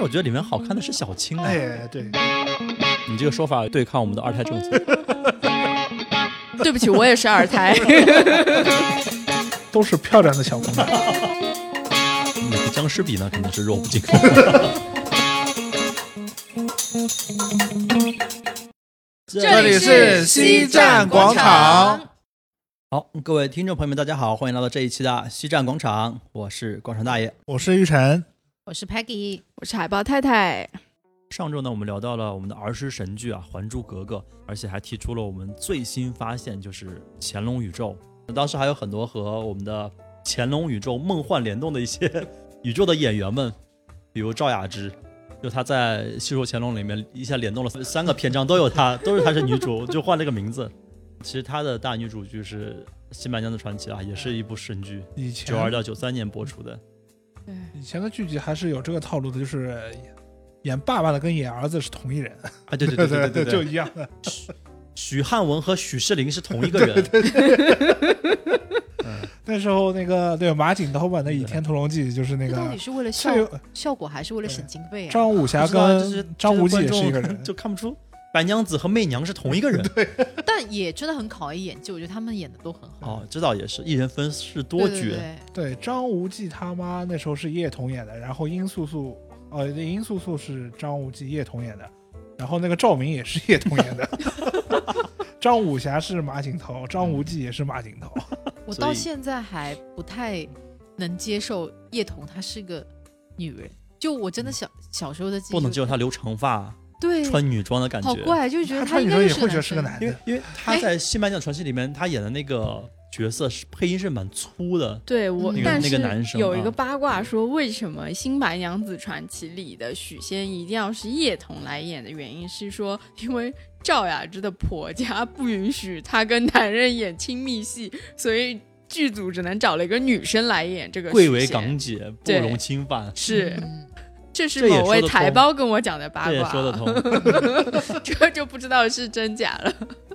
我觉得里面好看的是小青啊。哎，对，你这个说法对抗我们的二胎政 策。对不起，我也是二胎。都是漂亮的小姑娘。嗯僵尸比呢，肯定是弱不禁风。 这里是西站广场。好，各位听众朋友们，大家好，欢迎来到这一期的西站广场，我是广场大爷。 我是玉晨，我是 Peggy，我是海豹太太，上周呢，我们聊到了我们的儿时神剧啊，《还珠格格》，而且还提出了我们最新发现，就是乾隆宇宙。当时还有很多和我们的乾隆宇宙梦幻联动的一些宇宙的演员们，比如赵雅芝，就她在《戏说乾隆》里面一下联动了三个篇章，都有她，都是她是女主，就换了个名字。其实她的大女主剧是《新白娘子传奇》啊，也是一部神剧， 以九二前到九三年播出的。以前的剧集还是有这个套路的，就是演爸爸的跟演儿子是同一人，啊，对对对 对对就对，一样的。许汉文和许仕林是同一个 人。 那时候那个对马景涛版的《倚天屠龙记》就是那这到个底是为了效是有效果还是为了省经费啊？张武不侠知道啊就是跟张无忌也是一就是个观人众 ，就看不出白娘子和媚娘是同一 个人。但也真的很考验演技，我觉得他们演的都很好。哦，知道也是，一人分饰多对角。对对，对，张无忌他妈那时候是叶童演的，然后殷素素，呃，殷素素是张无忌、叶童演的，然后那个赵明也是叶童演的， 张武侠是马景涛，张无忌也是马景涛，我所到以现在还不太能接受叶童她是个女人，就我真的小小时候的记忆不能接就受她留长发、对，穿女装的感好觉。怪，就是觉他得他应女该生就也会觉得是是个个男因男的为，因为她在《新白娘子传奇》里面，她演的那个角色是配音是蛮粗的，对我，那个但那个男是生有一啊个八卦说，为什么《新白娘子传奇》里的许仙一定要是叶童来演的原因是说，因为赵雅芝的婆家不允许她跟男人演亲密戏，所以剧组只能找了一个女生来演这个贵许为仙港姐，不对容侵犯。是。这这是也某说位得台通胞跟我讲的 八这也卦，说得通。这就不知道是真假了。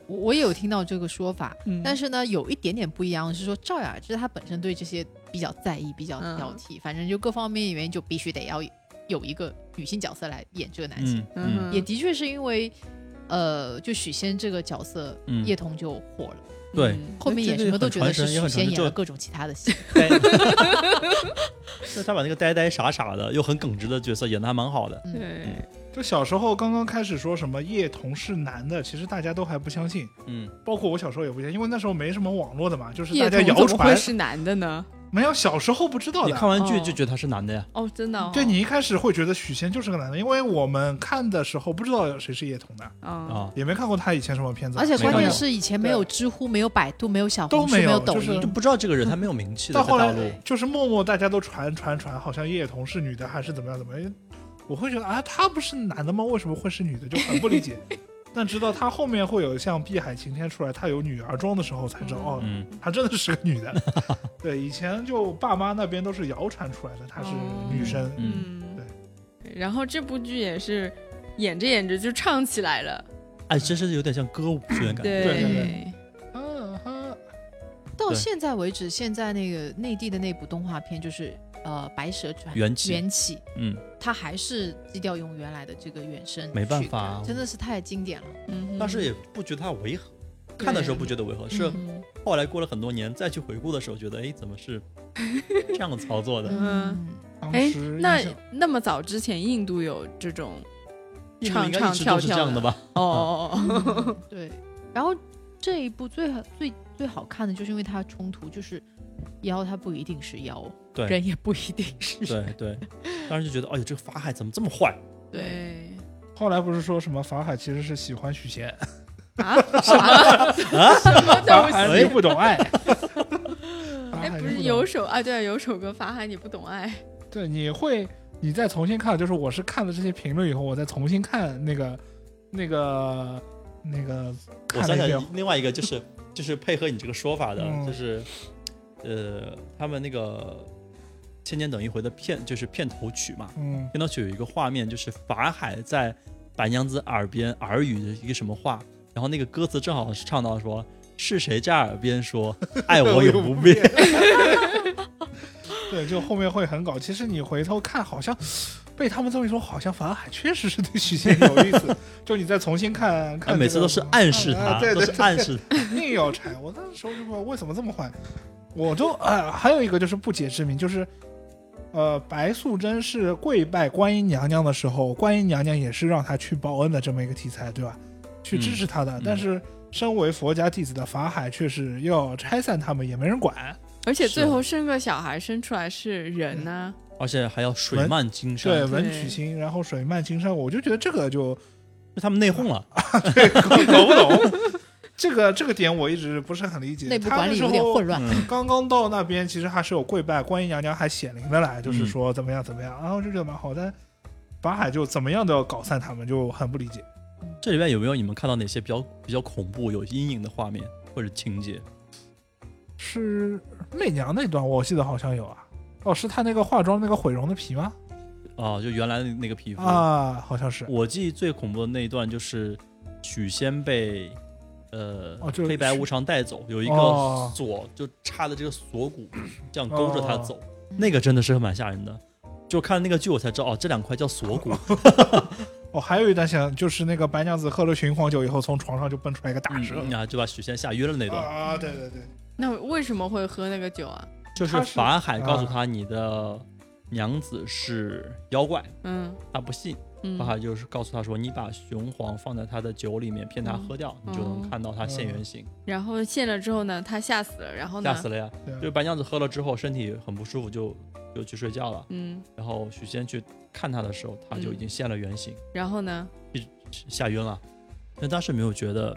我我也有听到这个说法，嗯但是呢，有一点点不一样是说赵雅芝她本身对这些比较在意，比较嗯挑剔，反正就各方面原因就必须得要有一个女性角色来演这个男性。嗯嗯哼也的确是因为，呃，就许仙这个角色，嗯叶童就火了，对嗯后面演这什么都觉得是这也许很传神也很传神仙演就了各种其他的戏。呆， 就是她把那个呆呆傻傻的又很耿直的角色演的还蛮好的。嗯对，就小时候刚刚开始说什么叶童是男的，其实大家都还不相信，嗯，包括我小时候也不相信，因为那时候没什么网络的嘛，就是大叶家童谣怎么会传，是男的呢？没有小时候不知道你的看。完剧哦就觉得他是男的呀？哦，真的、哦，对你一开始会觉得许仙就是个男的，因为我们看的时候不知道谁是叶童的，啊，啊，也没看过他以前什么片子，啊而且没关看键过是以前没有知乎，没有百度，没有小红都书，没没有抖就是音就，不知道这个人他没有名气的，到在后大来陆。就是默默大家都传传传，好像叶童是女的还是怎么样怎么样，我会觉得啊，她不是男的吗？为什么会是女的？就很不理 解。但直到她后面会有像《碧海晴天》出来，她有女儿装的时候，才知道哦，嗯，她真的是个 女的。对，以前就爸妈那边都是谣传出来的，她是哦女生。嗯，对。然后这部剧也是演着演着就唱起来了，哎，真是有点像歌舞剧的感觉。对对嗯哈到对现在为止，现在那个内地的那部动画片就是呃《白蛇传》元气缘起，嗯，它还是基调用原来的这个原声，没办法啊真的是太经典了。嗯哼，但是也不觉得它违和。看的时候不觉得违和，是嗯后来过了很多年再去回顾的时候，觉得哎，怎么是这样操作的？嗯，当哎时，印那象那么早之前印度有这种印度应唱该唱一直跳都是跳这样的吧？哦哦哦，嗯 对，然后这一部最好最最好看的就是因为它冲突，就是妖它不一定是妖，对人也不一定是人。对对，当时就觉得，哎呦，这个法海怎么这么坏？对，对后来不是说什么法海其实是喜欢许仙，啊，什么 什么法东海西你？不懂 爱。法哎，海不你是懂有爱首啊，对啊，有首歌《法海你不懂爱》，对，你会，你再重新看，就是我是看了这些评论以后，我再重新看那个、那个、那个，我看想了一遍想另外一个就是就是配合你这个说法的，嗯就是呃，他们那个《千年等一回》的片就是片头曲嘛，嗯，片头曲有一个画面，就是法海在白娘子耳边耳语的一个什么话，然后那个歌词正好是唱到说是谁在耳边说爱我永不变，对，就后面会很搞。其实你回头看，好像被他们这么一说，好像反而还确实是对许仙有意思。 就你再重新看看他这个，哎每次都是暗示 啊他，对都对是暗示他。硬要拆。我当时手指不知道为什么这么坏，我就啊，还有一个就是不解之谜，就是呃，白素贞是跪拜观音娘娘的时候，观音娘娘也是让她去报恩的这么一个题材，对吧？去支持她的，嗯但是身为佛家弟子的法海却是要拆散他们，也没人管。而且最是后生个小孩生出来是人呢、而且还要水漫金对，山，文曲星，然后水漫金山，我就觉得这个就就他们内讧了。对搞搞不懂。 这个这个点我一直不是很理解，内部他管那理时有点候混乱。嗯，刚刚到那边，其实还是有跪拜观音娘娘，还显灵的来，嗯就是说怎么样怎么样，然后就觉得蛮好。但法海就怎么样都要搞散他们，就很不理解。这里面有没有你们看到哪些比较比较恐怖、有阴影的画面或者情节？是媚娘那段，我记得好像有啊。哦，是她那个化妆那个毁容的皮吗？啊，就原来那个皮肤。啊，好像是。我记忆最恐怖的那一段就是许仙被呃、哦就是黑白无常带走，有一个哦锁、就插的这个锁骨，这样勾着他哦走，嗯那个真的是蛮吓人的。就看那个剧我才知道哦，这两块叫锁骨，哦，还有一段想就是那个白娘子喝了雄黄酒以后，从床上就蹦出来一个大蛇。嗯，啊，就把许仙吓晕了那段。啊，对对对，那为什么会喝那个酒啊？就是他是法海告诉啊他你的娘子是妖怪，嗯他不信，法嗯，海就是告诉他说，你把雄黄放在他的酒里面，骗他喝掉，你就能哦看到他现嗯原形。然后献了之后呢，他吓死了，然后呢？吓死了呀！对啊就是白娘子喝了之后身体很不舒服就，就去睡觉了。嗯，然后许仙去看他的时候，他就已经现了原形，然后呢？吓晕了。但当时没有觉 得，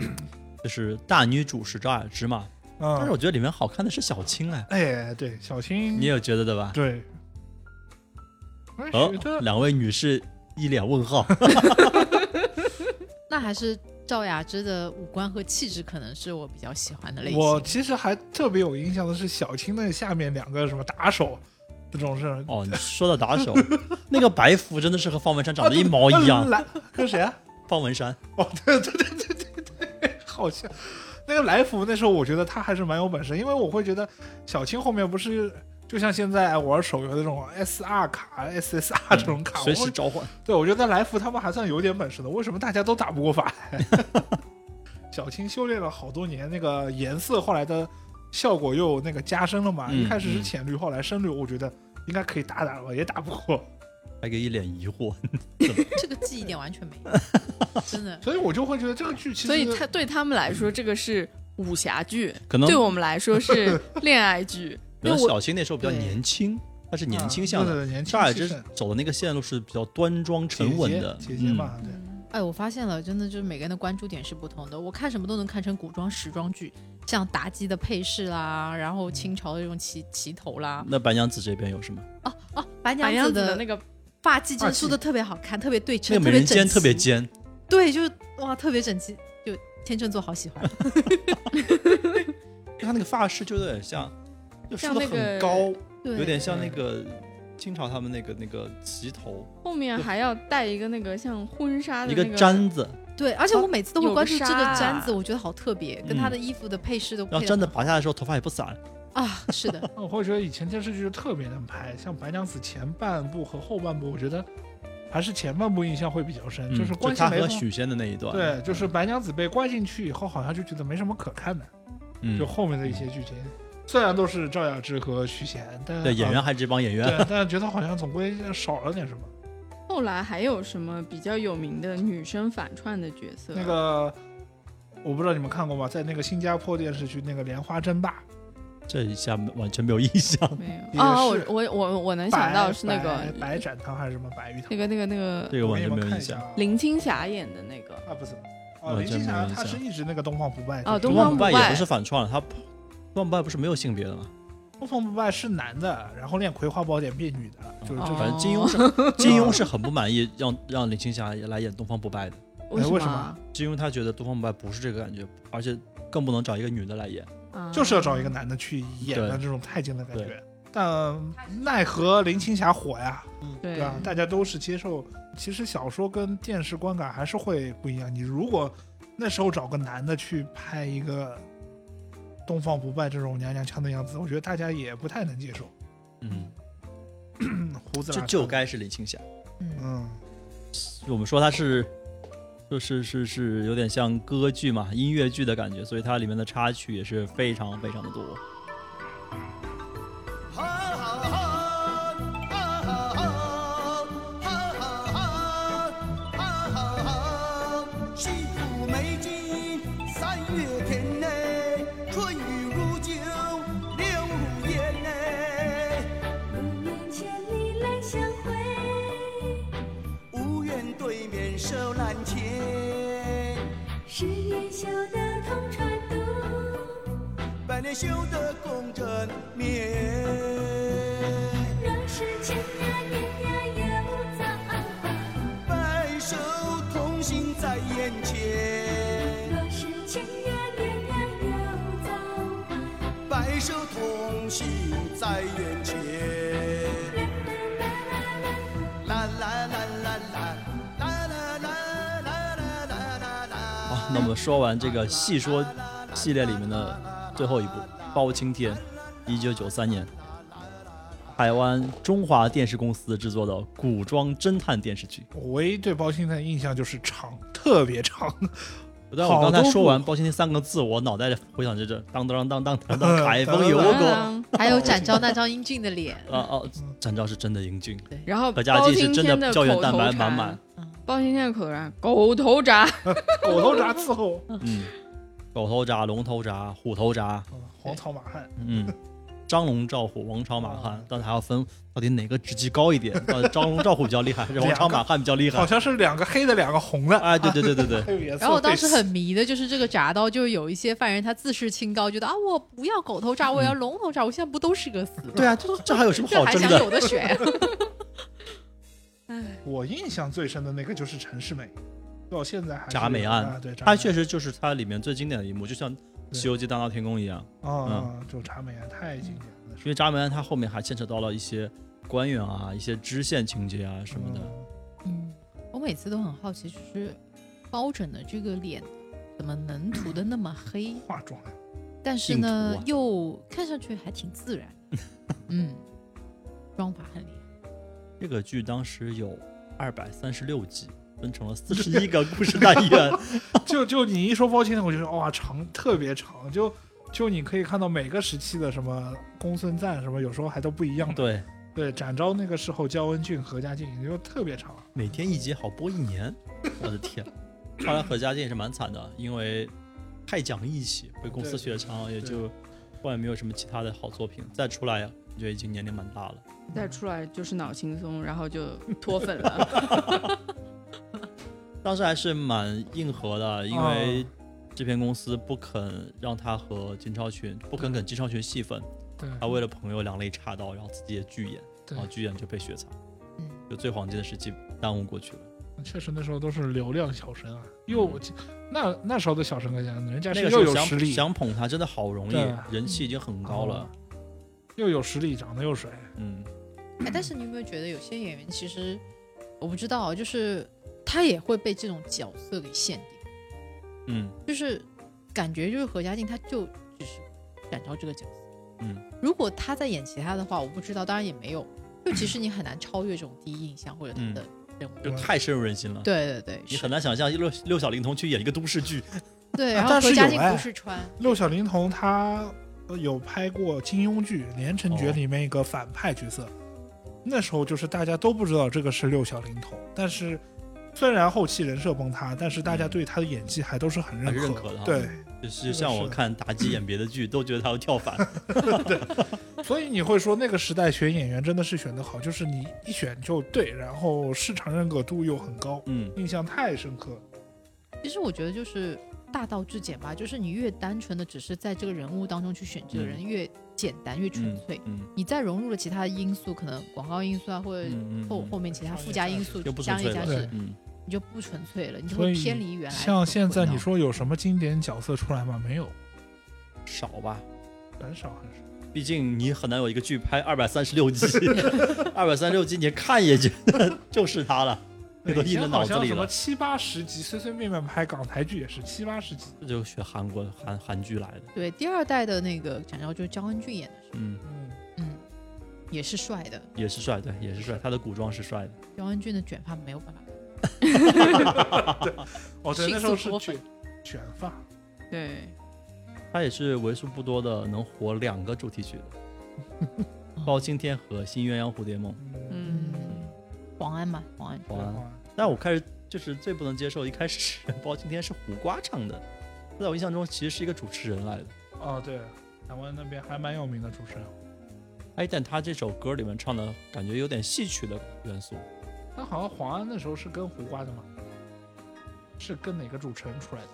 就是大女主是张雅芝嘛，但是嗯我，觉得里面好看的是小青哎，哎，对，小青，你也有觉得的吧？对。哎我哦觉得，两位女士一脸问 号。那还是赵雅芝的五官和气质可能是我比较喜欢的类型。我其实还特别有印象的是小青的下面两个什么打手这种事儿，哦，你说到打手，那个白服真的是和方文山长啊得一毛一样 呃。来跟谁啊？方文山，哦，对对对对对对，好像那个来福那时候我觉得他还是蛮有本事，因为我会觉得小青后面不是。就像现在哎玩手游的这种 SR 卡、SSR 这种卡，嗯随我时召唤。对我觉得来福他们还算有点本事的，为什么大家都打不过法海？小青修炼了好多年，那个颜色后来的效果又那个加深了嘛，嗯一开始是浅绿，后来深绿，我觉得应该可以打打了吧，也打不过，还给一脸疑惑， 这个记忆点完全没 有，真的。所以我就会觉得这个剧其实所以他对他们来说，这个是武侠剧，可能对我们来说是恋 爱剧。可那能我小青那时候比较对年轻，她是年轻啊向对的。对对年轻张雅气芝盛走的那个线路是比较端庄沉稳的，姐姐姐姐嘛，对。嗯哎，我发现了，真的就是每个人的关注点是不同的。我看什么都能看成古装、时装剧，像妲己的配饰啦，然后清朝的这种旗旗头啦嗯。，那白娘子这边有什么？哦哦，白白娘娘子子的那的个发髻真发的梳髻的特别好看，特别对那称，个美人尖特别整齐，尖，对，就是哇，特别整齐，就天秤座好喜 欢。她那个发饰就有点像，就梳像的那个很高，对，有点像那个清朝他们那个那个旗头，后面还要带一个那个像婚纱的一那个个簪子，对，而且我每次都哦有会关个注这个纱簪子，我觉得好特别，跟她嗯的衣服的配饰都配然后得簪子很拔下来的时候头发也不散，好啊，是的， 我会觉得以前电视剧就特别能拍，像《白娘子》前半部和后半部，我觉得还是前半部印象会比较深，嗯是关系她没和许仙的那一段，对，就是白娘子被关进去以后，好像就觉得没什么可看的。嗯就，后面的一些剧情，虽然都是赵雅芝和徐贤，但对演员啊还是这帮演员，对，但觉得好像总归少了点什么。后来还有什么比较有名的女生反串的角色？那个我不知道你们看过吗？在那个新加坡电视剧那个《莲花争霸》，这一下完全没有印象。 没也有哦，是我我我我能白想到是那白个白展堂还是什么白玉堂那？个那个那个这个我完给全你没们有看印一下象。啊林青霞演的那个啊，不是。我哦，林真青没有霞印她象是一直那个东方不败哦对东东方方不败也败不是反串了，他东方不败不是没有性别的吗？东方不败是男的，然后练葵花宝典变女的，嗯就是这哦种。反正金庸是金庸是很不满意让让林青霞来演东方不败的，哎为为什么啊？金庸他觉得东方不败不是这个感觉，而且更不能找一个女的来演。啊就是要找一个男的去演的对这种太监的感对觉。但奈何林青霞火呀，对对啊吧？大家都是接受，其实小说跟电视观感还是会不一样。你如果那时候找个男的去拍一个东方不败这种娘娘腔的样子，我觉得大家也不太能接受。嗯，嗯胡子这拉碴就该是林青霞。嗯，嗯，我们说它是，就是是是有点像歌剧嘛，音乐剧的感觉，所以它里面的插曲也是非常非常的多。西府美景，三月天内，春雨如酒，柳如烟内，路远千里来相会，无缘对面手难牵，是缘修得同船渡。百年修得共枕眠。若是情呀念呀也无早啊，白首同行在眼前，若是情呀念呀也无早啊。白首同行在眼前。啦啦啦啦啦啦啦啦啦啦啦啦啦。好，哦那我们说完这个细说系列里面的最后一部《包青天》，一九九三年，台湾中华电视公司制作的古装侦探电视剧。我唯一对包青天的印象就是长，特别长。 但我刚才说好多完“部包青天”三个字，我脑袋里回想着这当当当当当当，海风油当锅。当还有展昭那张英俊的 脸，啊哦，展昭是真的英俊，然后何家包劲是青真天的的胶原口蛋头白禅，满满。包青天的口头禅，狗头铡，狗头铡伺候，嗯，狗头铡、龙头铡、虎头铡，嗯黄草马汉，嗯，哦张龙赵虎、王朝马汉，但是还要分到底哪个职级高一点，到底张龙赵虎比较厉 害，还是王朝马汉比较厉好害？像是两个黑的，两个红的，哎，对对对对对，还有颜色。然后我当时很迷的就是这个铡刀，就有一些犯人他自视清高，觉得啊我不要狗头铡，我要龙头铡，我现在不都是个死吗？ 嗯对啊，这这还有什么这好还争想的？有的 选？我印象最深的那个就是陈世美，到现在还是铡美案啊对，它确实实就是它里面最经典的一幕，就像《西游记》大闹天宫一样，啊，嗯就铡美案太经典了，因为铡美案它后面还牵扯到了一些官员啊、一些知县情节啊什么的。嗯嗯，我每次都很好奇，就是包拯的这个脸怎么能涂的那么黑，化妆但是硬呢涂啊又看上去还挺自然。嗯，妆法很厉害。这个剧当时有二百三十六集，分成了四十一个故事单元。就就你一说包青天，我就说哇长特别长，就就你可以看到每个时期的什么公孙瓒什么，有时候还都不一样。 对，对，展昭那个时候，焦恩俊、何家劲就特别长。每天一集好播一年，我的天！后来何家劲也是蛮惨的，因为太讲义气，被公司雪藏，也就后来没有什么其他的好作品。再出来，我觉得已经年龄蛮大了。再出来就是脑青松，然后就脱粉了。当时还是蛮硬核嗯的，因为制片公司不肯让他和金超群，不肯跟金超群戏份，对他为了朋友两肋插刀，然后自己也拒演，嗯对然后拒演就被雪藏嗯，就最黄金的时期耽误过去了。确实那时候都是流量小生啊，又那那时候的小生哥家，人家嗯那是个时又候有想实力，想捧他真的好容易对，人气已经很高了，又有实力，长得又帅。嗯。哎，但是你有没有觉得有些演员其实我不知道，啊就是他也会被这种角色给限定，嗯就是感觉就是何家劲他就只是展昭这个角色。嗯，如果他在演其他的话，我不知道，当然也没有。就其实你很难超越这种第一印象或者他嗯的人物。就太深入人心了。，对对对，你是很难想象六六小龄童去演一个都市剧，对，啊然后但何是家有劲哎不是穿，六小龄童他呃有拍过金庸剧《连城诀》里面一个反派角色，那时候就是大家都不知道这个是六小龄童，但是虽然后期人设崩塌，但是大家对他的演技还都是嗯很认还可，是认可的哈对，就是像我看妲己演别的剧，都觉得她要跳反。所以你会说那个时代选演员真的是选得好，就是你一选就对，然后市场认可度又很高，嗯，印象太深刻。其实我觉得就是大道至简吧，就是你越单纯的只是在这个人物当中去选嗯这个人，越简单越纯嗯粹。嗯你再融入了其他因素，可能广告因素啊，或者嗯嗯后嗯后面其他商业附加价因值素就不加纯一粹加了对是，嗯，你就不纯粹了，你就所会以偏离原来。像现在你，说有什么经典角色出来吗？没有，少吧，很少很少。毕竟你很难有一个剧拍二百三十六 集，二百三十六集你看也觉得就是它了，这 都以印在前脑好子像里什么了。七八十集，随随便便拍港台剧也是七八十集。这就学韩国韩韩剧来的，对第二代的那个展昭就是焦恩俊演的是，嗯，嗯，嗯，也是帅的。也是帅，对，也是帅，他的古装是帅的。姚恩俊的卷发没有办法，哦，对，迅那时速候是脱卷卷发，对，他也是为数不多的能火两个主题曲的， 《包青天》和《新鸳鸯蝴蝶梦》。嗯，嗯，黄安嘛，黄安。保安，但我开始就是最不能接受，一开始包青天是胡瓜唱的， 在我印象中其实是一个主持人来的。哦，对，台湾那边还蛮有名的主持人，哎，但他这首歌里面唱的感觉有点戏曲的元素，他好像黄安那时候是跟胡瓜的嘛，是跟哪个主持人出来的？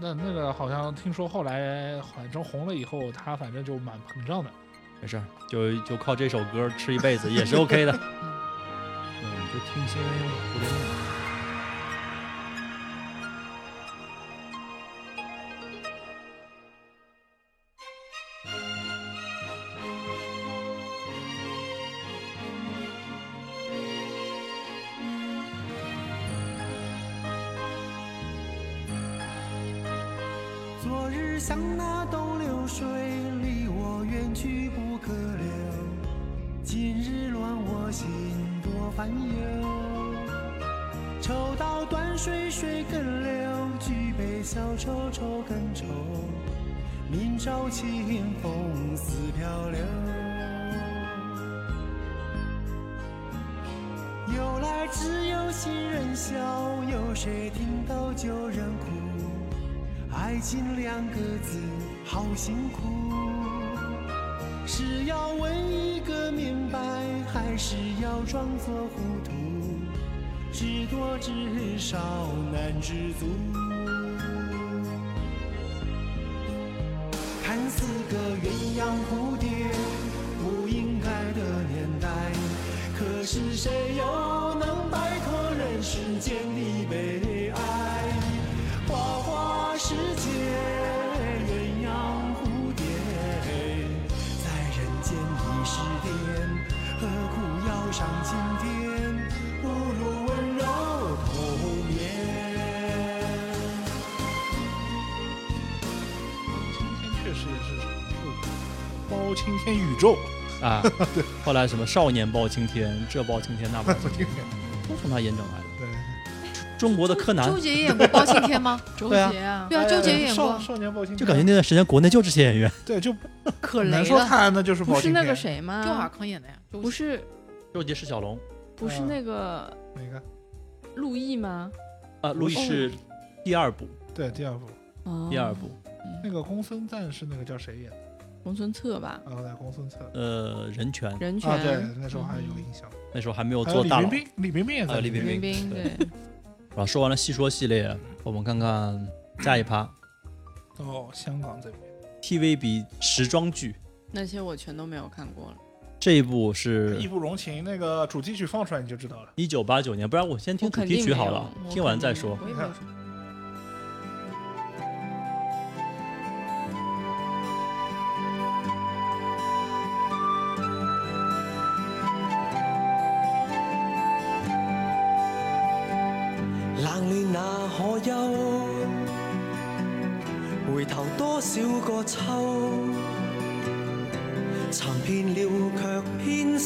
那那个好像听说后来反正红了以后，他反正就蛮膨胀的。没事儿，就就靠这首歌吃一辈子也是 OK 的。嗯，那我们就听些蝴蝶梦。昨日像那东流水，离我远去不可留；今日乱我心，多烦忧。抽刀断水水更流，举杯消愁愁更愁。明朝清风似飘流。有来只有新人笑，有谁听到旧人哭？爱情两个字好辛苦，是要问一个明白，还是要装作糊涂？知多知少难知足。看似个鸳鸯蝴蝶，不应该的年代，可是谁又能摆脱人世间的悲哀？花花世界，鸳鸯蝴蝶，在人间已是癫，何苦要上青天？不如温柔同眠。今天确实也是少数包青天宇宙，啊， 后来什么少年包青天，这包青天那包青今天，天都从他演整来的。对，中国的柯南周，杰也演过包青天吗？ 周对啊杰啊，对哎啊，周杰也演少过，少年包青天，就感觉那段时间国内就这些演员。对，就可能雷说了。他那就是包不是青天。那个谁吗？周尔康演的呀，周啊不是周杰是小龙，不是嗯那个哪个？陆毅吗？啊，陆毅是第二部，对，第二部哦第二部，那个公孙瓒是那个叫谁演的？洪村策吧，啊，对，公孙策呃，人权人权啊，对，那时候还有印象。那时候还没有还有做李大冰佬。冰，李冰冰也还在有里李冰面。冰冰冰对对，啊，说完了戏说系列，我们看看下一趴哦，香港这边 TVB 时装剧那些我全都没有看过了。这一部《义是不容情》那个主题曲放出来你就知道了。一九八九年，不然我先听我主肯题定曲没好有了，我听完肯再定说。我也没 有说冷暖哪可休？回頭多少個秋，尋遍了卻偏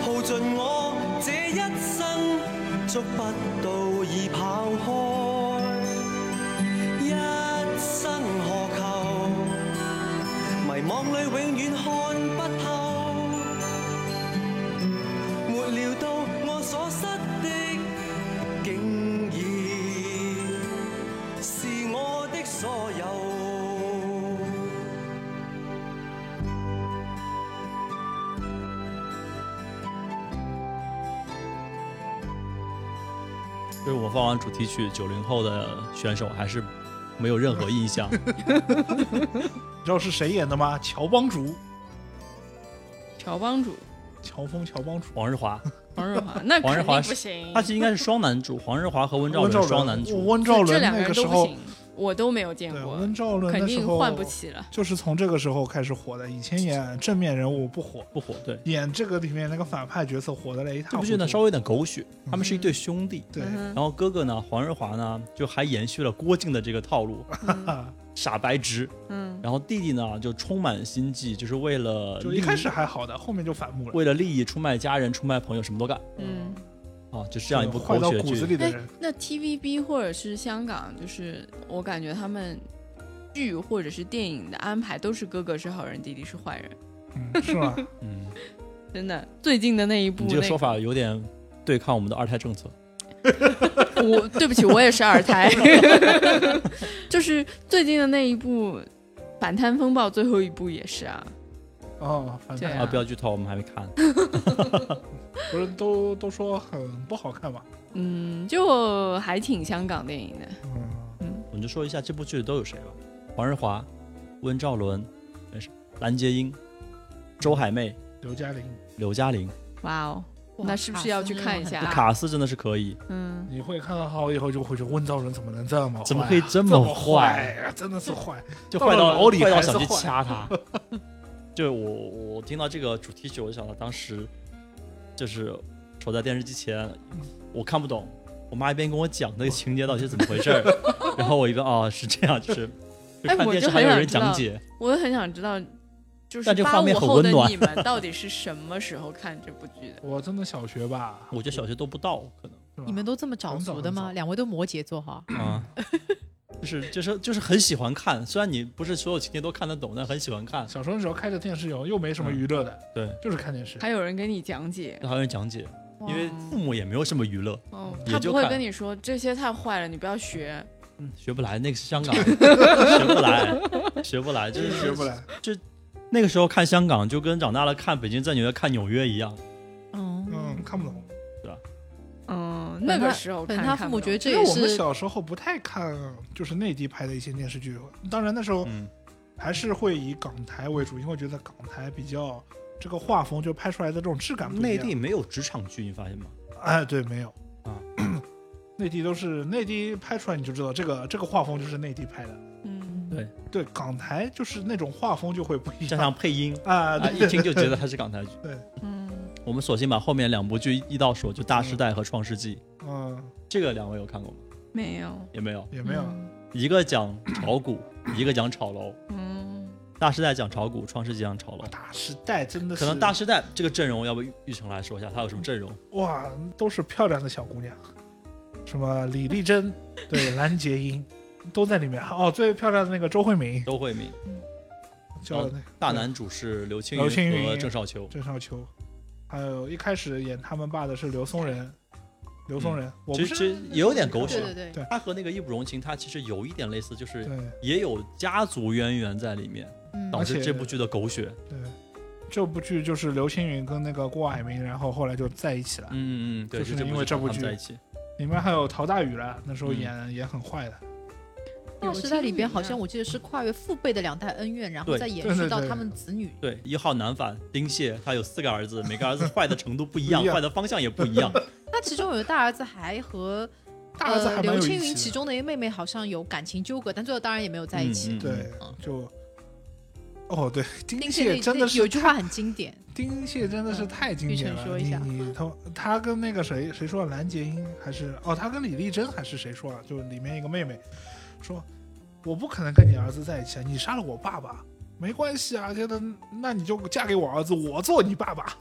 耗盡我這一生，觸不到已跑開。一生何求？迷惘里永遠看不透，沒料到我所失的，竟已是我的所有。就是我放完主题曲，九零后的选手还是没有任何印象。 你知道是谁演的吗？乔帮主。乔帮 主乔峰、乔帮主、黄日华，黄日华，那黄日肯华定是不行，他是应该是双男主，黄日华和温兆伦双男主。温兆这伦两个那人个都时不候行，，我都没有见对过，温兆伦肯那时定候换不起了。就是从这个时候开始火的。以前演正面人物不火，不火，对，演这个里面那个反派角色火的嘞这一塌部糊剧呢涂。稍微有点狗血，他们是一对兄弟，对，嗯然后哥哥呢黄日华呢就还延续了郭靖的这个套路，哼啊，傻白直，嗯，然后弟弟呢就充满心计，就是为了就呃利一益开始还好的，后面就反目了。为了利益出卖家人、出卖朋友，什么都干嗯，啊，就是这样一部坏狗到血骨子剧。里的哎人，，那 TVB 或者是香港，就是我感觉他们剧或者是电影的安排都是哥哥是好人，弟弟是坏人，嗯，是吧？嗯，真的。最近的那一部，你那这个说法有点对抗我们的二胎政策。 我对不起，我也是二胎。 就是最近的那一部《反贪风暴》最后一部也是啊，哦，反对正啊，不要剧透，我们还没看。不是都都说很不好看嘛。嗯，就还挺香港电影的。嗯，我们就说一下这部剧都有谁吧：黄日华、温兆伦、没事，蓝洁瑛、周海媚、刘嘉玲，刘嘉玲。哇哦，哇那是不是要去看一卡下斯啊卡斯真的是可以，嗯，你会看到好以后就会觉得温兆伦怎么能这么坏啊怎么可以这这么坏？呀？真的是坏，就到坏了到老李坏到还是想去坏？掐他。 就我我听到这个主题曲，我就想到当时就是守在电视机前，我看不懂，我妈一边跟我讲那个情节到底是怎么回事 儿，然后我一边哦是这样，就是就哎看我电视就还有很人想讲知解，我也很想知道，就但是这个八画面五很后的温暖你们到底是什么时候看这部剧的我真的小学吧，我觉得小学都不到可能是吧你们都这么早很早熟的很吗？早两位都摩羯座哈，啊。就是就是就是很喜欢看，虽然你不是所有情节都看得懂，但很喜欢看。小时候只要开着电视游，又没什么娱乐的，嗯对，就是看电视。还有人给你讲解，还有人讲解，因为父母也没有什么娱乐，哦，也他就不会看跟你说这些太坏了，你不要学。学不来。那个是 香港人，学不来，学不来，就真是是学不来，那个时候看香港就跟长大了看北京、在纽约、看纽约一样，嗯，嗯，看不懂。嗯，那个时候可看能他父母觉得这因为也我们是小时候不太看，就是内地拍的一些电视剧。当然那时候嗯，还是会以港台为主，因为觉得港台比较这个画风就拍出来的这种质感不一内样地没有职场剧，你发现吗？ 哎，对，没有啊， 内地都是内地拍出来你就知道这个这个画风就是内地拍的。嗯，对，港台就是那种画风就会不一加样上配音， 啊，啊，对一听就觉得它是港 台剧。嗯，我们索性把后面两部剧一到手，就《大时代》和《创世纪》。嗯，这个两位有看过吗？没有，也没有，也没有，一个讲炒股， 一个讲炒楼，《嗯，大时代》讲炒股，《创世纪》讲炒楼哇。大时代真的是可能《大时代》这个阵容，要不玉玉成来说一下，他有什么阵容？哇，都是漂亮的小姑娘，什么李丽珍，对，蓝洁瑛都在里面。哦，最漂亮的那个周慧敏周慧敏，叫那大男主是刘青刘青云云和郑少秋。郑少秋，还有一开始演他们爸的是刘松仁，刘松仁，我其不实是其实也有点狗对血对，对，对他和那个《义不容情》，他其实有一点类似，就是对也有家族渊源在里面，嗯导而致且这部剧的狗血。对，这部剧就是刘青云跟那个郭蔼明，然后后来就在一起了。嗯嗯嗯，对，就是这因为这部剧剧他们在一起，里面还有陶大宇了，那时候嗯演、也很坏的。大时代里边好像我记得是跨越父辈的两代恩怨，然后对再延对续对到对他们子女。对一号男反丁蟹，他有四个儿子，每个儿子坏的程度不一样， 不一样坏的方向也不一样。那其中有个大儿子还和大儿子呃还蛮刘有青意云其思的。中的一个妹妹好像有感情纠葛，但最后当然也没有在一起。嗯嗯对嗯，就哦对，丁丁蟹蟹那真的那是有一句话很经 典，丁蟹真的是太经典了。嗯玉成说一下你你他他跟那个谁谁说蓝洁瑛还是哦他跟李丽珍还是谁说啊？就里面一个妹妹说，我不可能跟你儿子在一起啊，你杀了我爸爸没关系啊，觉得那你就嫁给我儿子，我做你爸 爸。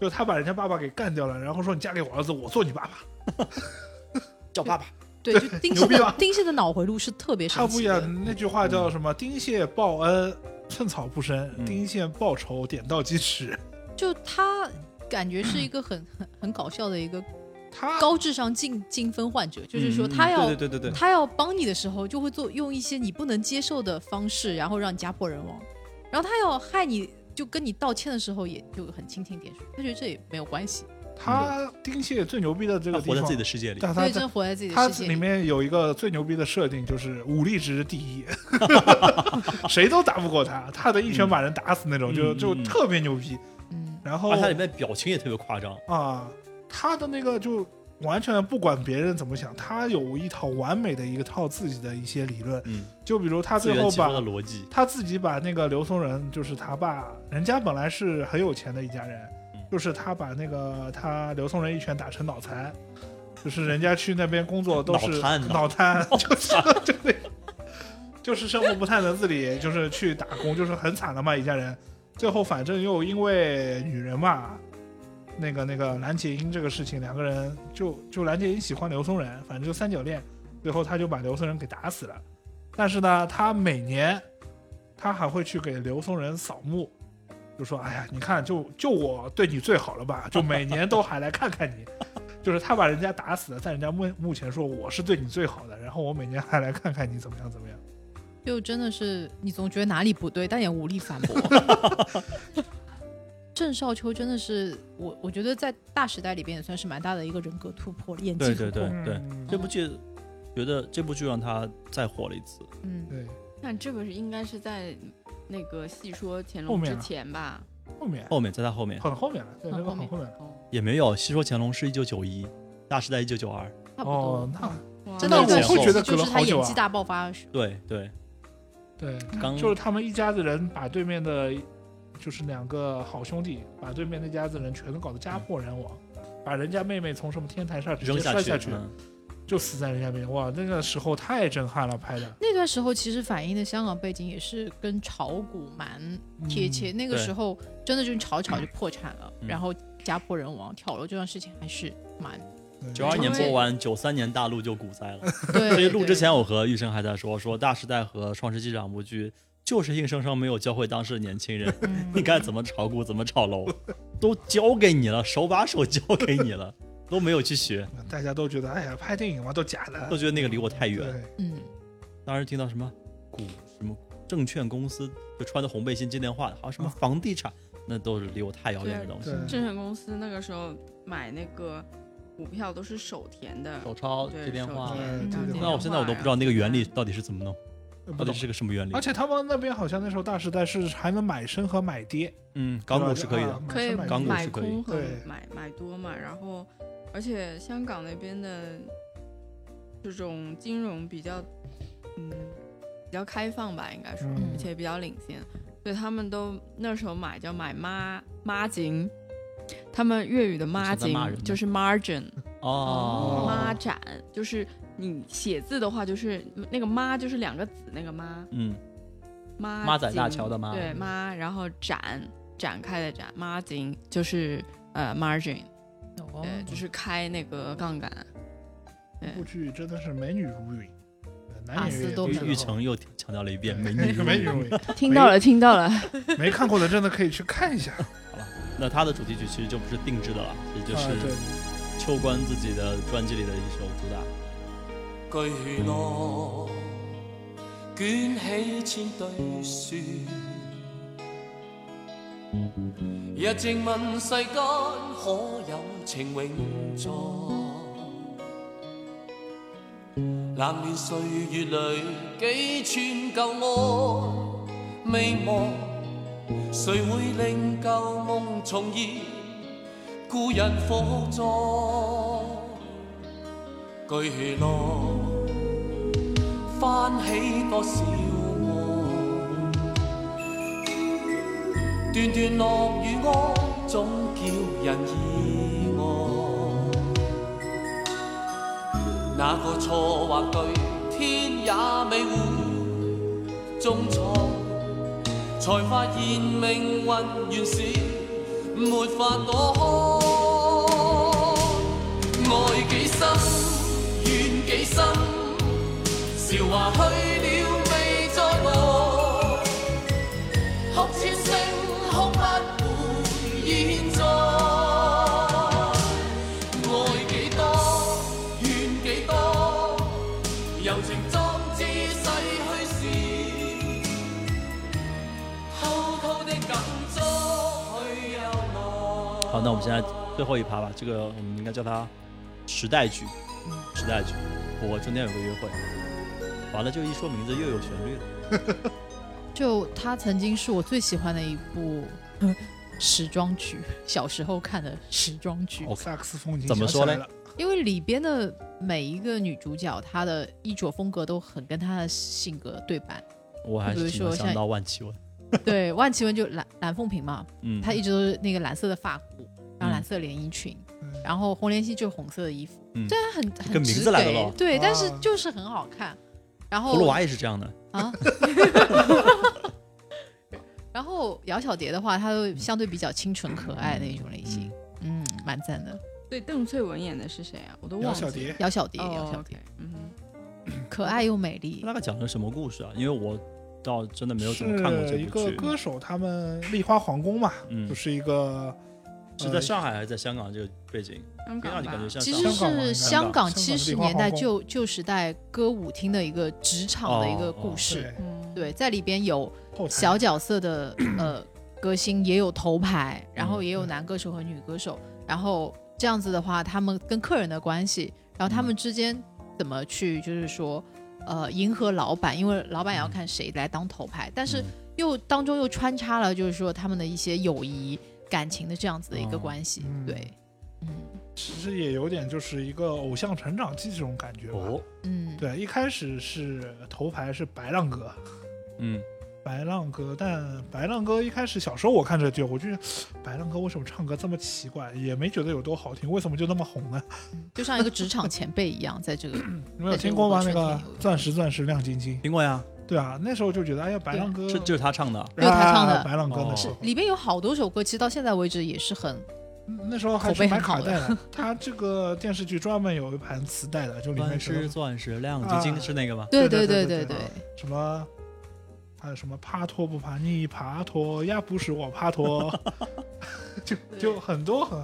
就他把人家爸爸给干掉了，然后说你嫁给我儿子，我做你爸爸。叫爸爸，对，就丁蟹牛逼的吧丁蟹的脑回路是特别他神不一奇的。嗯样，那句话叫什么？丁蟹报恩，寸草不生；嗯丁蟹报仇，点到即止。就他感觉是一个很很很搞笑的一个他高智 商精精分患者，就是说嗯他嗯要对对对对对，他要帮你的时候，就会做用一些你不能接受的方式，然后让你家破人亡。然后他要害你，就跟你道歉的时候，也就很蜻蜓点水。他觉得这也没有关系，他丁蟹最牛逼的这他个地活在方自己，的世界里。但所他以真的活在自己的他世界里面有一个最牛逼的设定，就是武力值第一，谁都打不过他，他的一拳把人打死那种，嗯就嗯就嗯特别牛逼。嗯，然后而且它里面表情也特别夸张，啊，他的那个就完全不管别人怎么想，他有一套完美的一套自己的一些理论。嗯，就比如他自最圆后其把说的逻辑，他自己把那个刘松仁，就是他爸，人家本来是很有钱的一家人嗯，就是他把那个他刘松仁一拳打成脑残，就是人家去那边工作都是脑瘫呐脑瘫， 就是就那个，就是生活不太能自理，就是去打工，就是很惨的嘛一家人。最后反正又因为女人嘛，那个那个蓝洁瑛这个事情，两个人就就蓝洁瑛喜欢刘松仁，反正就三角恋，最后他就把刘松仁给打死了。但是呢，他每年他还会去给刘松仁扫墓，就说：“哎呀，你看，就就我对你最好了吧？就每年都还来看看你。”就是他把人家打死了，在人家墓墓前说：“我是对你最好的，然后我每年还来看看你怎么样怎么样。”就真的是你总觉得哪里不对，但也无力反驳。 郑少秋真的是我，我觉得在大时代里边也算是蛮大的一个人格突破了，演技对突破。对对对，嗯这部剧觉得这部剧让他再火了一次，嗯，对那这个是应该是在那个戏说乾后隆面之啊前吧？后面后面在他后面很后面了，对，那很个后很面后面了。哦，也没有《戏说乾隆》是一九九一，《大时代》一九九二，差不哦多。，那哇真那的，我会觉得隔就了是好他久啊演技大爆发。对对，对，刚就是他们一家子人把对面的，就是两个好兄弟，把对面那家子人全都搞得家破人亡，把人家妹妹从什么天台上直扔接摔下去，下去，嗯，就死在人家面前。哇，那个时候太震撼了，拍的那段时候其实反映的香港背景也是跟炒股蛮贴切。。那个嗯对时候真的就是炒一炒就破产了，嗯然后家破人亡，跳楼这段事情还是 蛮嗯九二年播完，九三年大陆就股灾了。对。所以录之对前，我和玉生还在说，说《大时代》和《创世纪》这两部剧就是硬生生没有教会当时的年轻人嗯应该怎么炒股、怎么炒楼，都教给你了，手把手教给你了，都没有去学，大家都觉得，哎呀，拍电影嘛，都假的都。觉得那个离我太远。对，嗯，当时听到什么股什么证券公司，就穿着红背心接电话，还有什么房地产，那都是离我太遥远的东西嗯对。证券公司那个时候买那个股票都是手填的，手抄对接电话啊手，填对打对对电啊那我现在我都不知道那个原理到底是怎么弄，不到底懂。是个什么原理而。且他们那边好像那时候大时代是还能买升和买跌，嗯，港股是可以的啊，买可以升买港股跌买是可以空和对买买多嘛，然后而且香港那边的这种金融比较，嗯，比较开放吧，应该说，嗯而且比较领先，所以他们都那时候买叫买妈妈金，他们粤语的妈是在金骂人吗就是 margin，哦，妈展就是你写字的话，就是那个妈就是两个子那个妈，嗯，妈妈仔大金桥的妈嗯对妈，然后展展开的展，妈金就是呃 margin，哦对，就是开那个杠杆，对这部剧真的是美女如云，呃男阿演斯员也都都没是有玉成又强调了一遍 美对女如美云女。如云， 听到了，听到了，没看过的真的可以去看一下。那它的主题曲其实就不是定制的了，其实 就啊对是秋官自己的专辑里的一首主打。巨浪卷起千堆雪，日靜問世間可有情永在？冷暖歲月裏，幾寸舊愛未忘，誰會令舊夢重現？故人火葬。巨浪翻起多少梦，段段樂與哀，總叫人意外。那個錯或對，天也未會中彩，才發現命運原是沒法躲開。愛幾深，怨幾深，韶華去了未再來，哭千聲哭不回現在。愛幾多，怨幾多，柔情壯志逝去時，偷偷的感觸去又來。好，那我们现在最后一趴吧，这个我们应该叫它时代剧，嗯时代剧。我中间有个约会，完了就一说名字又有旋律了。就他曾经是我最喜欢的一部 时装剧，小时候看的时装剧。 OK 萨克斯风已经怎么响说起来嘞了？因为里边的每一个女主角，她的衣着风格都很跟她的性格 对版。我还比是如挺说能想像到万绮雯，对，万绮雯就蓝蓝凤萍嘛，嗯，她一直都是那个蓝色的发箍，然后蓝色的连衣裙，嗯然后红莲心就是红色的衣服，嗯虽然很很跟名直字来的给咯对，但是啊就是很好看。然后葫芦娃也是这样的，啊。然后姚小蝶的话，她都相对比较清纯可爱那一种类型，嗯，蛮赞的。 对，邓萃雯演的是谁啊？我都姚忘记小了。蝶，姚小蝶，哦姚小 OK，蝶，嗯哼，可爱又美丽。大概讲的什么故事啊？因为我倒真的没有怎么看过这是一部个剧，歌手，他们丽花皇宫嘛，嗯就，是一个呃是在上海还是在香港这个背景？香让港你吧感觉像其上海实香港是香香港港七香十港的年代地方旧旧时代歌舞厅的一个职场的一个哦哦故事，对嗯，对，在里边有后台小角色的呃歌星，也有头牌，然后嗯也有男歌手和女歌手，然后这样子的话，他们跟客人的关系，然后他们之间怎么去，就是说呃迎合老板，因为老板也要嗯看谁来当头牌，但是嗯又当中又穿插了就是说他们的一些友谊、感情的这样子的一个哦关系，嗯对，嗯其实也有点就是一个偶像成长记这种感觉吧。哦，嗯，对，一开始是头牌是白浪哥，嗯，白浪哥，但白浪哥一开始小时候我看这剧，我就觉得哎白浪哥为什么唱歌这么奇怪，也没觉得有多好听，为什么就那么红 呢？就像一个职场前辈一样，在这 个你们有听过吗？那对这个我个确定有钻石钻石亮晶晶，听过呀，对啊，那时候就觉得哎呀，白 浪哥这就是他唱的啊，是他唱的啊白浪哥那时候哦，里边有好多首歌，其实到现在为止也是很那时候还口是碑买很好卡带的。他这个电视剧专门有一盘磁带的，就里面钻全都石钻石亮晶晶啊是那个吗？对对对对对对对对，什么，还有什么帕托不帕你帕托呀，不是我帕 托，就就很多很，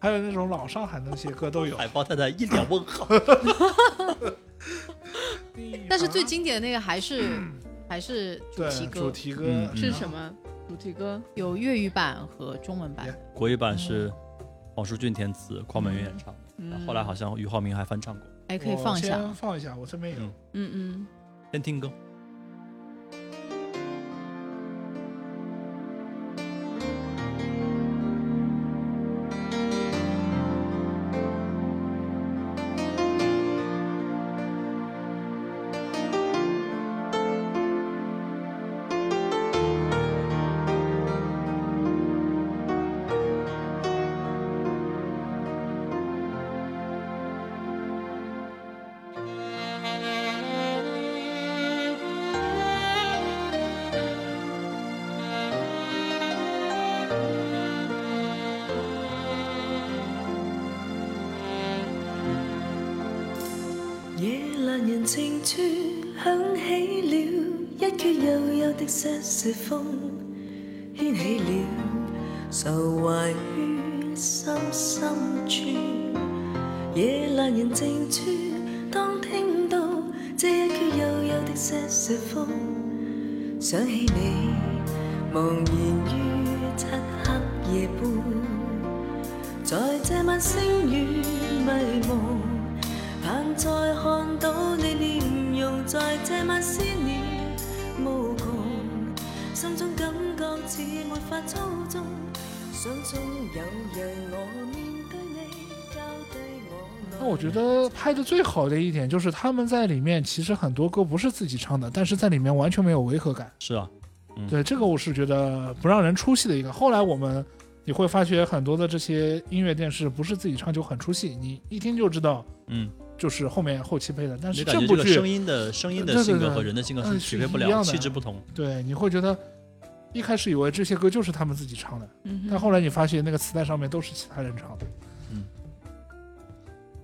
还有那种老上海的那些歌都哎有。海豹太太一脸问号，但是最经典的那个 还是还是主啊对题歌主，题歌嗯是什？么主题歌？有粤语版和中文版。 国语版是黄舒骏填词，邝美云演唱的，然嗯，后后来好像俞灏明还翻唱过。哎，也可以放一下先放一下，我这边有。嗯嗯嗯，先听歌，夜阑人静處響起了一缺悠悠的些些風，掀起了愁懷於心深處。夜闌人靜處，當聽到這一缺悠悠的些些風，想起你，茫然於漆黑夜半，在這晚星雨迷蒙。盼再看到你面容，在這晚思念無窮，心中感覺似沒法操縱，想終有日我面對你，交對我那我觉得拍的最好的一点就是他们在里面，其实很多歌不是自己唱的，但是在里面完全没有违和感。是啊，嗯对，这个我是觉得不让人出戏的一个。后来我们你会发觉很多的这些音乐电视不是自己唱就很出戏，你一听就知道嗯，就是后面后期配的。但你是感觉这这部个剧，呃声音的声音的对对性格对和人的性格是嗯匹配不是一了，样的嗯气质不同。对，你会觉得一开始以为这些歌就是他们自己唱的，嗯哼但后来你发现那个磁带上面都是其他人唱的。嗯，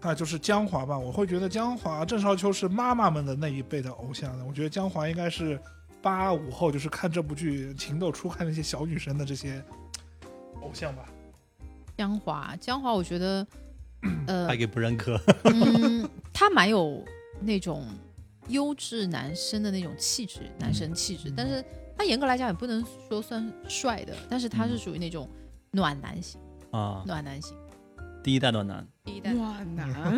啊，就是江华吧，我会觉得江华、郑少秋是妈妈们的那一辈的偶像的。我觉得江华应该是八五后，就是看这部剧情窦初开那些小女生的这些偶像吧。江华，江华，我觉 得，呃败，给不认 可，嗯， 他蛮有那种优质男生的那种气质，男生气质，但是他严格来讲也不能说算帅的，但是他是属于那种暖男型，啊，暖男型。第一代暖男，第一代哇男，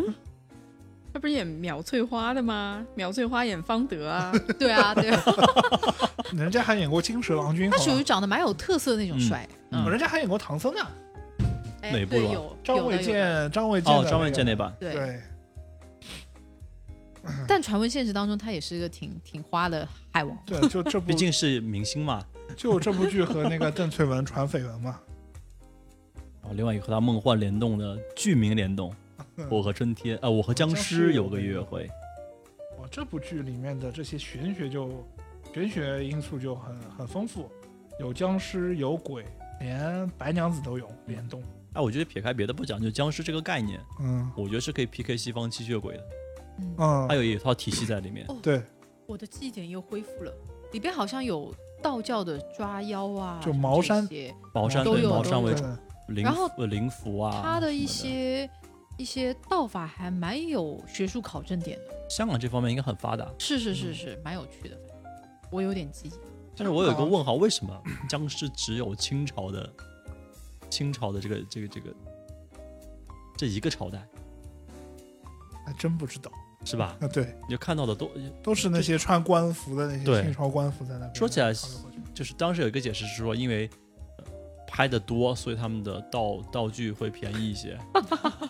他不是演苗翠花的吗？苗翠花演方 德啊，对啊，对啊， 人家还演过《金蛇郎君》他好吧，属于长得蛮有特色的那种嗯帅，嗯人家还演过唐僧呢，哎哪部对啊有张有的卫有的健，张卫健的哦，张卫健那那个版，对。对，但传闻现实当中，他也是一个挺挺花的海王。对，就 这部毕竟是明星嘛。就这部剧和 那个邓萃雯传绯闻嘛，然后另外一个和他梦幻联动的剧名联动，嗯我和春天，呃，我和僵尸有个约会。哦，这部剧里面的这些玄学就玄学因素就很很丰富，有僵尸，有鬼，连白娘子都有联动。哎，我觉得撇开别的不讲，就僵尸这个概念，嗯我觉得是可以 PK 西方吸血鬼的，嗯，嗯它，有一套体系在里面。哦对，我的记忆点又恢复了，里边好像有道教的抓妖啊，就茅山什么这些茅山都对有茅山都为有主，对灵然后符呃灵符啊，他的一什么些一些道法还蛮有学术考证点的，的香港这方面应该很发达。是是嗯是是，蛮有趣的。我有点记忆，但是我有嗯一个问号，为什么僵尸只有清朝的清朝的这个这个这个这一个朝代还哎真不知道是吧？啊，对，你就看到的都都是那些穿官服的那些对清朝官服在那边说起来跑过去就是当时有一个解释是说，因为呃拍的多，所以他们的道道具会便宜一 些，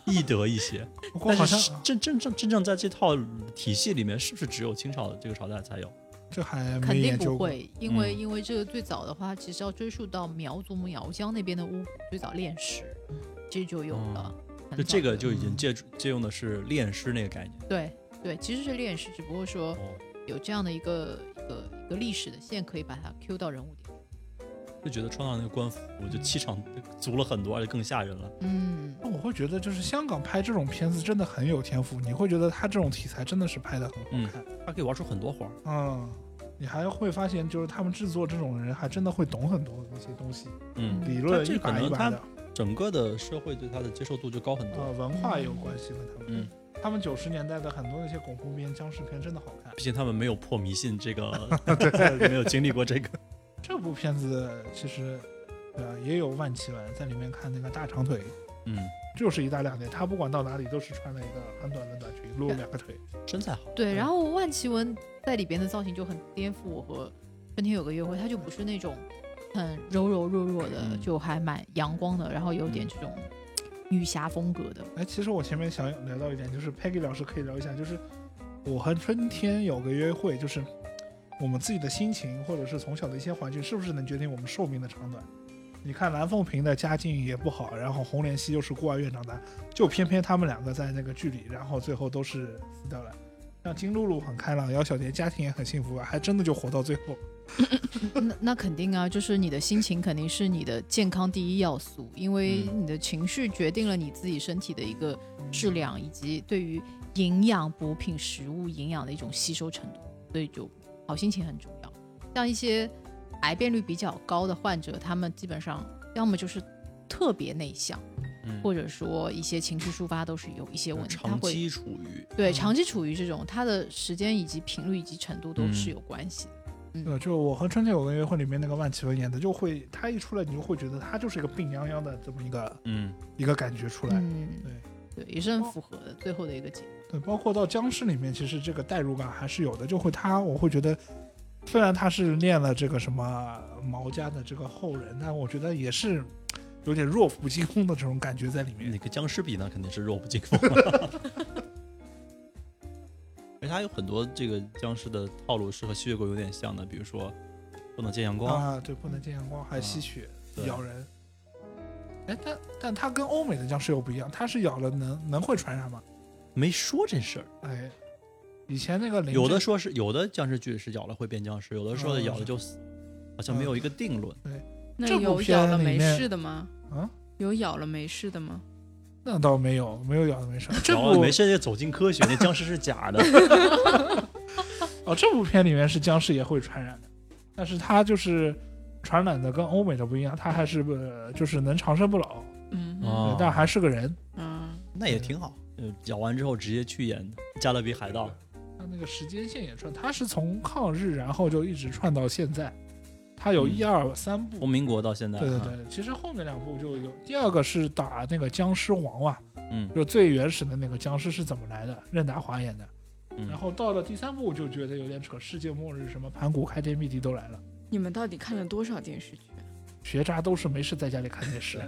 易得一些。不过但好是像是真真正真正在这套体系里面，是不是只有清朝这个朝代才有？这还没肯定研究不过。会，因为嗯因为这个最早的话，其实要追溯到苗族苗疆那边的巫蛊最早炼石，这就有了。很嗯就早这个的就已经借助借用的是炼师那个概念。对对，其实是炼石，只不过说哦，有这样的一个一个一个历史的线，可以把它 Q 到人物点。就觉得穿上那个官服，我就气场足了很多，而且更吓人了。嗯，那我会觉得，就是香港拍这种片子真的很有天赋。你会觉得他这种题材真的是拍的很好看。它可以玩出很多花儿。嗯，你还会发现，就是他们制作这种人还真的会懂很多那些东西，嗯，理但论这一可把一能把他的，整个的社会对它的接受度就高很呃，多。文化也有关系和他们。嗯，他们九十年代的很多那些恐怖片、僵尸片真的好看。毕竟他们没有破迷信这 个，没有经历过这个。这部片子其实，呃，也有万绮雯在里面看那个大长腿，嗯，就是一大两腿，她不管到哪里都是穿了一个很短的短裙，露两个腿。身材好。对。然后万绮雯在里边的造型就很颠覆我和春天有个约会，她就不是那种很柔柔弱弱的，嗯就还蛮阳光的，然后有点这种女侠风格的。哎，其实我前面想聊到一点，就是 Peggy 老师可以聊一下，就是我和春天有个约会，就是我们自己的心情，或者是从小的一些环境，是不是能决定我们寿命的长短？你看蓝凤萍的家境也不好，然后洪连熙又是孤儿院长大，就偏偏他们两个在那个剧里，然后最后都是死掉了。像金露露很开朗，姚小杰家庭也很幸福，啊还真的就活到最后。 那那肯定啊，就是你的心情肯定是你的健康第一要素，因为嗯你的情绪决定了你自己身体的一个质量，以及对于营养补品、食物营养的一种吸收程度，所以就好心情很重要。像一些癌变率比较高的患者，他们基本上要么就是特别内向，嗯或者说一些情绪抒发都是有一些问题，他长会期嗯处于对长期处于这种，他的时间以及频率以及程度都是嗯有关系的。呃，就我和春天有个约会里面那个万绮雯演的，就会她一出来，你就会觉得她就是一个病殃殃的这么一个嗯一个感觉出来。嗯，对，也是很符合最后的一个结果。对，包括到僵尸里面，其实这个代入感还是有的。就会他，我会觉得，虽然他是练了这个什么毛家的这个后人，但我觉得也是有点弱不禁风的这种感觉在里面嗯那。个僵尸比呢，肯定是弱不禁 风。而且它有很多这个僵尸的套路是和吸血鬼有点像的，比如说不能见阳光，啊，对，不能见阳光，还吸血、对咬人。哎，但但他跟欧美的僵尸又不一样，他是咬了能能会传染吗？没说这事儿。哎，以前那个林有的正说是有的僵尸剧是咬了会变僵尸，有的说啊咬了就死，好像没有一个定论。那这部有片咬了里没面事的吗？啊，有咬了没事的吗？那倒没有，没有咬的没事儿。这然后部没事就走进科学， 那僵尸是假的。哦，这部片里面是僵尸也会传染的，但是它就是传染的跟欧美的不一样，它还是呃就是能长生不老，嗯哦但还是个人。嗯，那也挺好。呃，咬完之后直接去演《加勒比海盗》，它那个时间线也串，它是从抗日然后就一直串到现在，它有嗯一二三部。从民国到现在。对对啊，对，其实后面两部就有，第二个是打那个僵尸王啊，嗯就最原始的那个僵尸是怎么来的，任达华演的。嗯然后到了第三部就觉得有点扯，世界末日什么盘古开天辟地都来了。你们到底看了多少电视剧啊？学渣都是没事在家里看电视。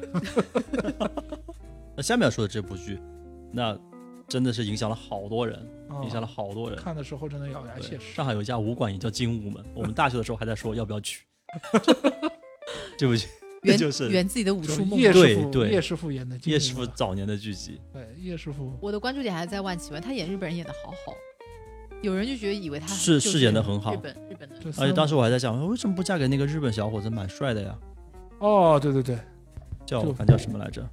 那下面要说的这部剧，那真的是影响了好多人，影响了好多人。哦啊看的时候真的咬牙切对，齿上。海有一家武馆也叫精 武门，我们大学的时候还在说要不要去。这部剧圆就是圆自己的武就是术梦。叶对师傅，对叶师傅演的金叶庸师傅嘛早年的剧集，对叶师傅我的关注点还是在万绮雯，她演日本人演的好好，有人就觉得以啊为她是就是演得很好日本日本的这三而且个当时我还在想，为什么不嫁给那个日本小伙子，蛮帅的呀？哦，对对对，叫就哎我看叫什么来着？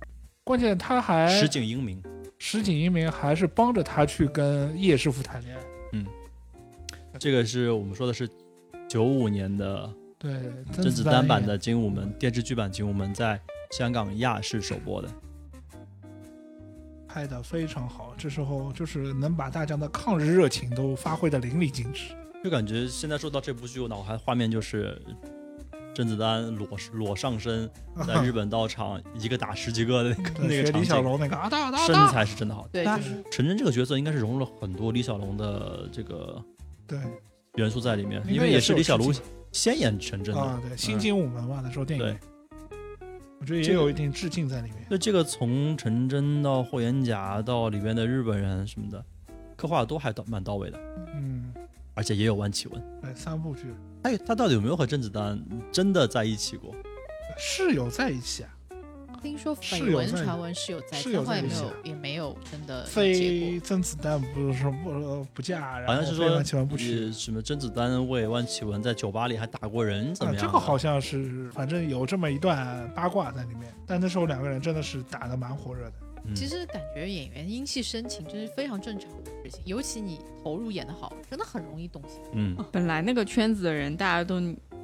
关键他还石井英明。石井英明还是帮着他去跟叶师傅谈恋爱。这个是我们说的是九五年的对，甄子子丹版演的《精武门》，电视剧版《精武门》在香港亚视首播的。拍的非常好，这时候就是能把大家的抗日热情都发挥的淋漓尽致。就感觉现在说到这部剧，我脑海画面就是甄子丹裸裸上 身在日本道场一个打十几个的那个那对个学场李小景，龙那个啊哒啊哒啊身哒，材是真的好。对，他就是陈真这个角色应该是融入了很多李小龙的这个对元素在里面，应因该为也也是是有李小龙致先演陈真的啊，。对，新精武门嘛，那时候电影对，我觉得这也个有一定致敬在里面。那这个从陈真到霍元甲到里面的日本人什么的，刻画得都还到蛮到位的，嗯，而且也有万绮雯。对，三部剧哎，他到底有没有和甄子丹真的在一起过？是有在一起啊， 听说是绯有闻在传闻是有在，是有但后来在也没一起有也没呃有真的结非嗯果。甄子丹不是说不呃不嫁，然好像后是非说万绮雯不娶呃。什么甄子丹为万绮雯在酒吧里还打过人，怎啊么，样的、这个好像是，反正有这么一段八卦在里面。但那时候两个人真的是打得蛮火热的。嗯，其实感觉演员因戏生情，这是非常正常的事情，尤其你投入演得好，真的很容易动心。嗯， 本来那个圈子的人大家都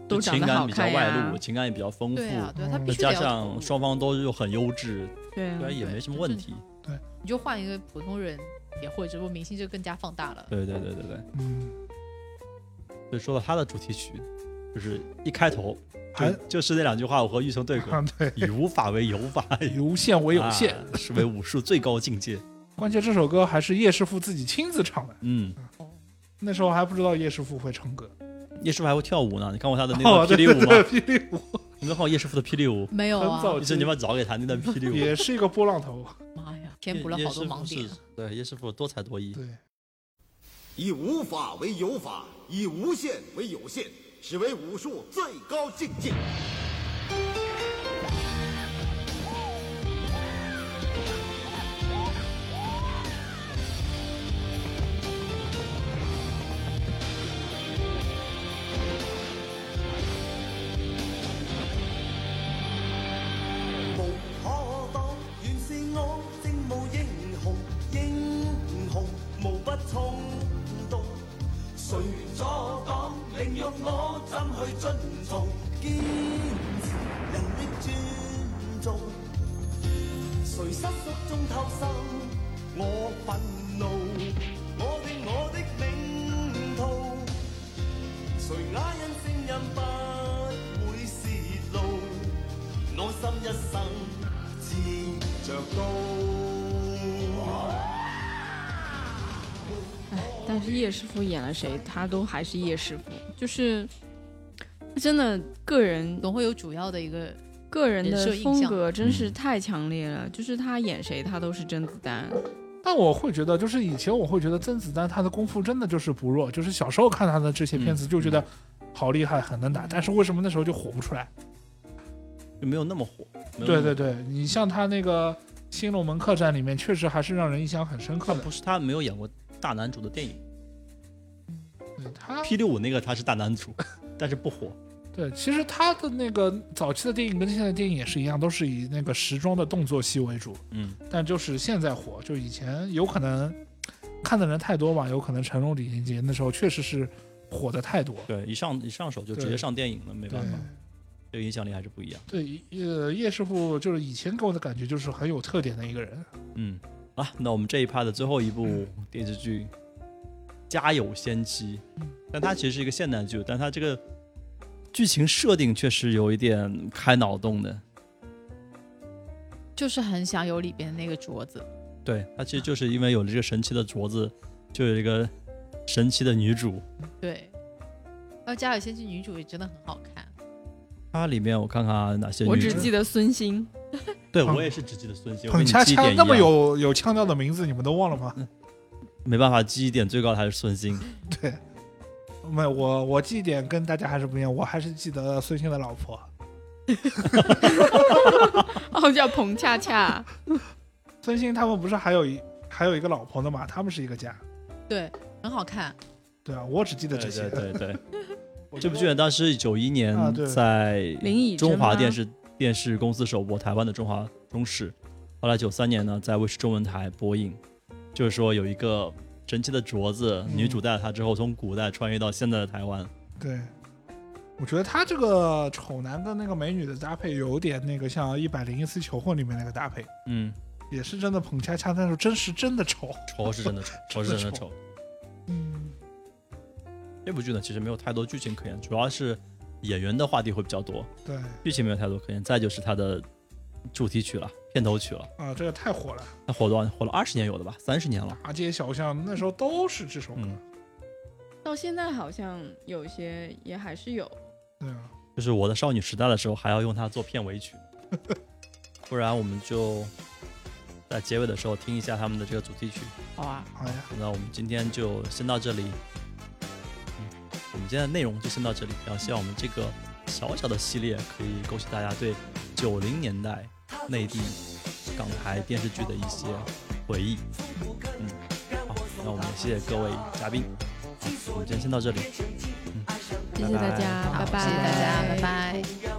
都长情得感好比较看外呀露，，情感也比较丰富，对啊，对啊，他嗯必再须加得要投入上双方都又很优质，对啊对，也没什么问题。你就换一个普通人也会，只不过明星就更加放大了。对对对对对。嗯，所以说到他的主题曲，就是一开头还就就是那两句话，我和玉成 对过啊，对，以无法为有法，以无限为有限。啊是为武术最高境界。关键这首歌还是叶师傅自己亲自唱的， 嗯，那时候还不知道叶师傅会唱歌。叶师傅还会跳舞呢，你看过他的那段哦，霹对雳对舞对，吗？霹雳舞你们看过叶师傅的霹雳舞？没有很啊早，玉成，你要找给他那段霹雳舞。也是一个波浪头。妈呀，填补了好多盲点啊。。对，叶师傅多才多艺。对，以无法为有法，以无限为有限，实为武术最高境界。無可擋，原是我正武英雄，英雄無不衝動。誰阻擋，凌辱我怎去遵從？堅持人的尊重，誰失縮中偷生，我憤怒，我定我的領土。谁哑忍聲音不會泄露，我心一生刺着刀。哎，但是叶师傅演了谁，他都还是叶师傅，就是真的个人总会有主要的一个，个人人设的印风象格真是嗯太强烈了，就是他演谁他都是甄子丹，但我会觉得，就是以前我会觉得甄子丹他的功夫真的就是不弱，就是小时候看他的这些片子嗯就觉得好厉害，很能打。但是为什么那时候就火不出来？就没有那么火。没有那对么对，对，你像他那个《新龙门客栈》里面，确实还是让人印象很深刻的不。是他没有演过大男主的电影，对他《霹雳舞》那个他是大男主，但是不火。对，其实他的那个早期的电影跟现在的电影也是一样，都是以那个时装的动作戏为主，嗯，但就是现在火，就以前有可能看的人太多吧，有可能成龙、李连杰那时候确实是火的太多。对，一上一上手就直对接上电影了，没对办法，这个影响力还是不一样。对，呃，叶师傅就是以前给我的感觉就是很有特点的一个人。嗯，好了，那我们这一趴的最后一嗯部电视剧《家有仙妻》，嗯但它其实是一个现代剧，但它这个剧情设定确实有一点开脑洞的。就是很想有里边的那个镯子。对，它其实就是因为有了这个神奇的镯子，就有一个神奇的女主。对，然后《家有仙妻》女主也真的很好看，它里面我看看啊哪些我女只主记得孙兴，对捧我也是只记得孙兴，我跟捧你恰记一恰点一那么样有有腔调的名字，你们都忘了吗？ 没办法，记忆点最高的还是孙兴。对，没有我我记忆点跟大家还是不一样，我还是记得孙兴的老婆。哦，叫彭恰 恰，孙兴他们不是还有一还有一个老婆的嘛？他们是一个家。对，很好看。 对啊，我只记得对这些对。对对，我这部剧当时九一年啊对在林以真中华吗电视电视公司首播，台湾的中华中视。后来九三年呢，在卫视中文台播映。就是说有一个神奇的镯子，嗯女主戴了它之后，从古代穿越到现在的台湾。对，我觉得他这个丑男跟那个美女的搭配有点那个像《一百零一次求婚》里面那个搭配，嗯，也是真的捧恰恰，但是真是真的丑。丑是真的丑，丑是真的丑。嗯，这部剧呢，其实没有太多剧情可言，主要是演员的话题会比较多，对剧情没有太多可言。再就是它的主题曲了，片头曲了，啊，这个太火了，它火了火了二十年有的吧，三十年了。大街小巷那时候都是这首歌。嗯到现在好像有些也还是有。对啊，就是我的少女时代的时候，还要用它做片尾曲， 不然我们就在结尾的时候听一下他们的这个主题曲。好啊，好哎呀，那我们今天就先到这里，嗯，我们今天的内容就先到这里，然后希望我们这个小小的系列可以勾起大家对九零年代内地港台电视剧的一些回忆。嗯，好，那我们也谢谢各位嘉宾，好，我们今天先到这里。谢谢大家，拜拜，谢谢大家，拜拜。让